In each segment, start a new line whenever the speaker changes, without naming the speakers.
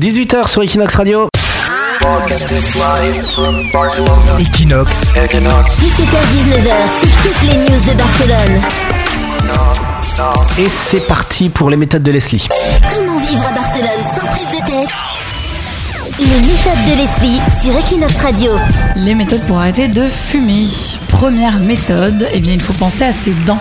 18h sur Equinox Radio.
Equinox,
17h-19h, c'est toutes les news de Barcelone.
Et c'est parti pour les méthodes de Leslie.
Comment vivre à Barcelone sans prise de tête Les méthodes de Leslie sur Equinox Radio.
Les méthodes pour arrêter de fumer. Première méthode, eh bien, il faut penser à ses dents.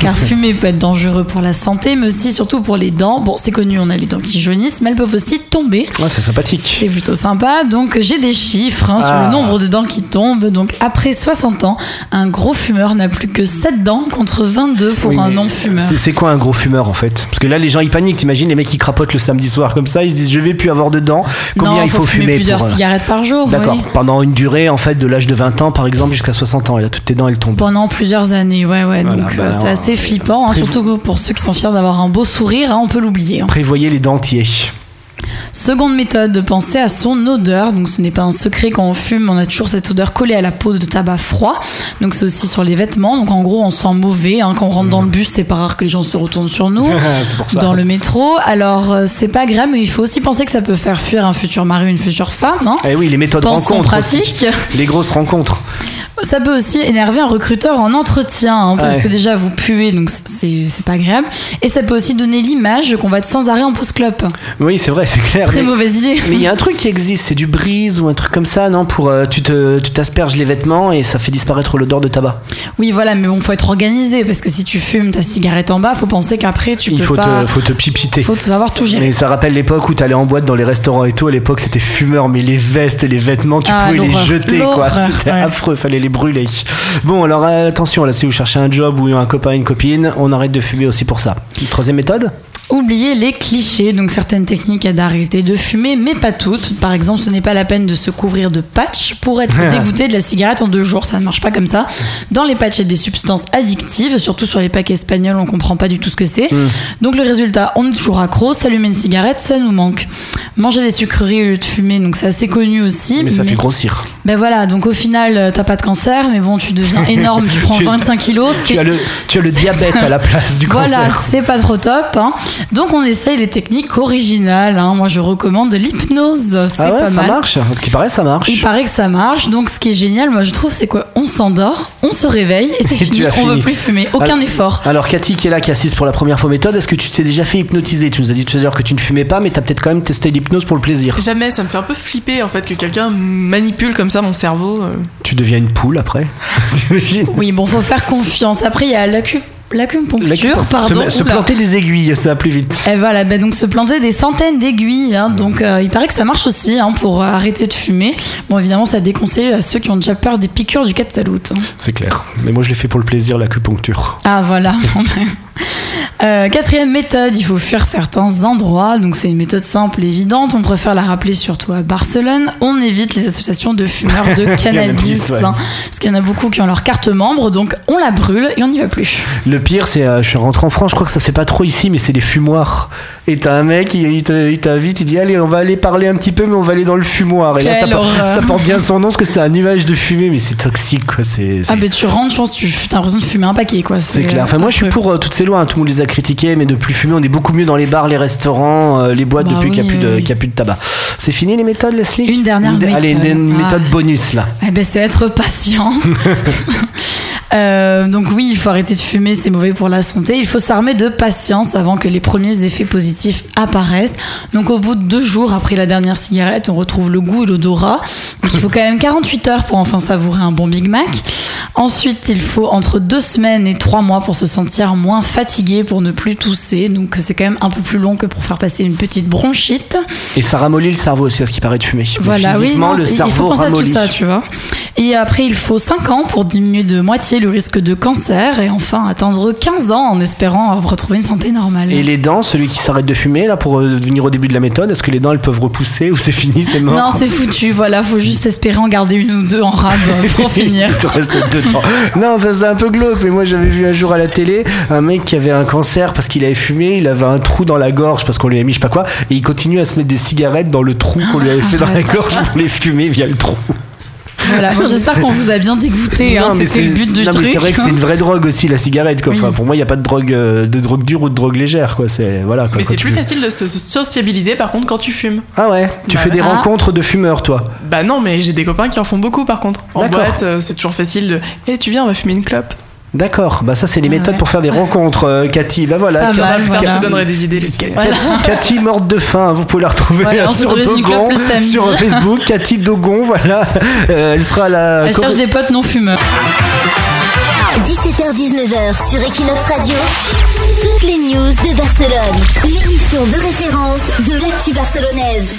Car fumer peut être dangereux pour la santé, mais aussi surtout pour les dents. Bon, c'est connu, on a les dents qui jaunissent, mais elles peuvent aussi tomber.
Ouais, c'est sympathique.
C'est plutôt sympa. Donc, j'ai des chiffres hein, sur
Ah.
le nombre de dents qui tombent. Donc, après 60 ans, un gros fumeur n'a plus que 7 dents contre 22 pour
Oui,
un
mais
non-fumeur.
C'est, c'est quoi un gros fumeur en fait Parce que là, les gens ils paniquent. T'imagines les mecs qui crapotent le samedi soir comme ça, ils se disent je vais plus avoir de dents. Combien
non,
il faut,
fumer, plusieurs
pour, euh,
cigarettes par jour.
D'accord.
oui.
Pendant une durée en fait de l'âge de 20 ans par exemple jusqu'à 60 ans. Et là, toutes tes dents elles tombent.
Pendant plusieurs années, ouais, ouais.
Voilà,
donc
bah,
euh, c'est
alors,
assez flippant, hein,
prévo-
surtout que pour ceux qui sont fiers d'avoir un beau sourire, hein, on peut l'oublier. hein.
Prévoyez les dentiers.
Seconde méthode, penser à son odeur. Donc ce n'est pas un secret quand on fume, on a toujours cette odeur collée à la peau de tabac froid. Donc c'est aussi sur les vêtements. Donc en gros, on sent mauvais. hein. Quand on rentre dans le bus, c'est pas rare que les gens se retournent sur nous.
Ah, c'est pour ça.
Dans le métro. Alors euh, c'est pas grave, mais il faut aussi penser que ça peut faire fuir un futur mari ou une future femme. hein.
Eh oui, les méthodes
Pensons
rencontres. aussi.
pratique.
Les grosses rencontres.
Ça peut aussi énerver un recruteur en entretien, hein, parce
Ouais.
que déjà vous puez, donc c'est c'est pas agréable. Et ça peut aussi donner l'image qu'on va être sans arrêt en pause clope.
Ah Oui, c'est vrai, c'est clair.
Très
Mais-
mauvaise idée.
Mais il y a un truc qui existe, c'est du brise ou un truc comme ça, non Pour euh, tu te tu t'asperges les vêtements et ça fait disparaître l'odeur de tabac.
Oui, voilà, mais bon, faut être organisé, parce que si tu fumes ta cigarette en bas, faut penser qu'après tu
il
peux
faut
pas.
te faut te pipiter.
Faut savoir tout gérer.
Mais ça rappelle l'époque où t'allais en boîte dans les restaurants et tout. À l'époque, c'était fumeur, mais les vestes, et les vêtements, tu
Ah,
pouvais les
l'horreur.
jeter, quoi.
L'horreur,
C'était
ouais.
affreux, fallait les brûler. Bon, alors euh, attention, là, si vous cherchez un job ou un copain, une copine, on arrête de fumer aussi pour ça. Troisième méthode
Oublier les clichés, donc certaines techniques aident à d'arrêter de fumer, mais pas toutes. Par exemple, ce n'est pas la peine de se couvrir de patch pour être dégoûté de la cigarette en deux jours, ça ne marche pas comme ça. Dans les patchs, il y a des substances addictives, surtout sur les packs espagnols, on comprend pas du tout ce que c'est.
Hmm.
Donc le résultat, on est toujours accro, s'allumer une cigarette, ça nous manque. Manger des sucreries au lieu de fumer, donc c'est assez connu aussi.
Mais ça
mais-
fait grossir.
Ben voilà, donc au final, euh, t'as pas de cancer, mais bon, tu deviens énorme, tu prends
Tu-
25 kilos.
Tu
c'est-
as le, tu as le
c'est-
diabète à la place du cancer.
voilà, c'est pas trop top. hein. Donc on essaye les techniques originales. hein. Moi je recommande l'hypnose, c'est
Ah ouais,
pas
ça
mal.
marche Ce qui paraît, ça marche.
Il paraît que ça marche. Donc ce qui est génial, moi je trouve, c'est quoi On s'endort, on se réveille et c'est
Et tu
fini.
as
On
fini. Ah.
veut plus fumer, aucun
Alors-
effort.
Alors Cathy qui est là, qui assiste pour la première fois méthode, est-ce que tu t'es déjà fait hypnotiser Tu nous as dit tout à l'heure que tu ne fumais pas, mais t'as peut-être quand même testé l'hypnose pour le plaisir.
Jamais, ça me fait un peu flipper en fait que quelqu'un manipule comme ça mon cerveau. euh.
Tu deviens une poule après T'imagines
Oui, bon, faut faire confiance. Après il y a l'acu- l'acupuncture, pardon.
se, se
Oula.
planter des aiguilles, ça va plus vite.
Et voilà, ben donc se planter des centaines d'aiguilles. hein. donc euh, il paraît que ça marche aussi hein, pour euh, arrêter de fumer. Bon, évidemment, ça déconseille à ceux qui ont déjà peur des piqûres du 4 salut. hein.
C'est clair. Mais moi je l'ai fait pour le plaisir, l'acupuncture.
Ah voilà. Euh, quatrième méthode, il faut fuir certains endroits. Donc c'est une méthode simple et évidente. On préfère la rappeler surtout à Barcelone. On évite les associations de fumeurs de cannabis.
Cannabis, ouais.
hein, parce qu'il y en a beaucoup qui ont leur carte membre. Donc on la brûle et on n'y va plus.
Le pire, c'est, euh, je suis rentré en France, je crois que ça c'est pas trop ici, mais c'est des fumoirs. Et t'as un mec, il, il te- il t'invite, il dit allez, on va aller parler un petit peu, mais on va aller dans le fumoir. Et là, ça,
Quelle horreur.
ça porte bien son nom, parce que c'est un nuage de fumée, mais c'est toxique, quoi. C'est, c'est-
Ah ben tu rentres, je pense, tu as l'impression de fumer un paquet. quoi.
C'est clair. Enfin, moi, je suis pour euh, toutes ces lois. hein. Tout le monde les a critiquées, mais de plus fumer, on est beaucoup mieux dans les bars, les restaurants, euh, les boîtes
Bah
depuis qu'il n'y a,
oui,
plus de-
oui.
qu'il y a plus de tabac. C'est fini les méthodes, Leslie
Une dernière
de- Allez, une,
méthode.
une
Ah.
méthode bonus là.
Eh ben, c'est être patient. Euh, donc oui, il faut arrêter de fumer, c'est mauvais pour la santé. Il faut s'armer de patience avant que les premiers effets positifs apparaissent. Donc au bout de deux jours après la dernière cigarette, on retrouve le goût et l'odorat. Donc il faut quand même 48 heures pour enfin savourer un bon Big Mac. Ensuite, il faut entre deux semaines et trois mois pour se sentir moins fatigué, pour ne plus tousser. Donc c'est quand même un peu plus long que pour faire passer une petite bronchite.
Et ça ramollit le cerveau aussi, à ce qui paraît de fumer. Mais
Voilà, oui,
physiquement,
non,
le
c'est- il
cerveau
faut penser
ramollit.
à tout ça, tu vois. Et après, il faut 5 ans pour diminuer de moitié le risque de cancer et enfin attendre 15 ans en espérant retrouver une santé normale.
Et les dents, celui qui s'arrête de fumer, là, pour euh, venir au début de la méthode, est-ce que les dents, elles peuvent repousser ou c'est fini, c'est mort
Non, c'est foutu, voilà, faut juste espérer en garder une ou deux en rab euh, pour finir.
Il te reste deux temps. Non, enfin, c'est un peu glauque, mais moi j'avais vu un jour à la télé un mec qui avait un cancer parce qu'il avait fumé, il avait un trou dans la gorge parce qu'on lui a mis je sais pas quoi, et il continue à se mettre des cigarettes dans le trou qu'on lui avait fait dans la
Ah, Arrête.
gorge pour les fumer via le trou.
Voilà. Bon, J'espère qu'on vous a bien dégoûté.
Non,
hein,
mais
C'était le
c'est-
but du
non, mais
truc. hein.
C'est vrai que c'est une vraie drogue aussi la cigarette. Quoi.
Oui.
Enfin, pour moi, il n'y a pas de drogue, euh, de drogue dure ou de drogue légère. Quoi. C'est voilà. Quoi,
Mais
quand
c'est
tu
plus
veux.
facile de se se sociabiliser par contre quand tu fumes.
Ah ouais. Tu
Bah
fais des
ouais.
rencontres de fumeurs, toi.
Bah non, mais j'ai des copains qui en font beaucoup par contre. En
D'accord.
boîte, euh, c'est toujours facile de. Eh, tu viens, on va fumer une clope.
D'accord. Bah ça, c'est les
Ouais,
méthodes
Ah ouais.
pour faire des rencontres, euh, Cathy. Bah voilà.
Pas
Ca-
mal,
Plus tard,
voilà.
je te donnerai des idées.
Ca-
Lucie.
Cathy morte de faim, vous pouvez la retrouver
Voilà, on se
sur
retrouve dans une
Dogon,
clope le samedi.
sur Facebook, Cathy Dogon, voilà. Euh, elle sera la.
Elle cherche des potes non fumeurs.
17h-19h sur Equinox Radio, toutes les news de Barcelone. L'émission de référence de l'actu barcelonaise.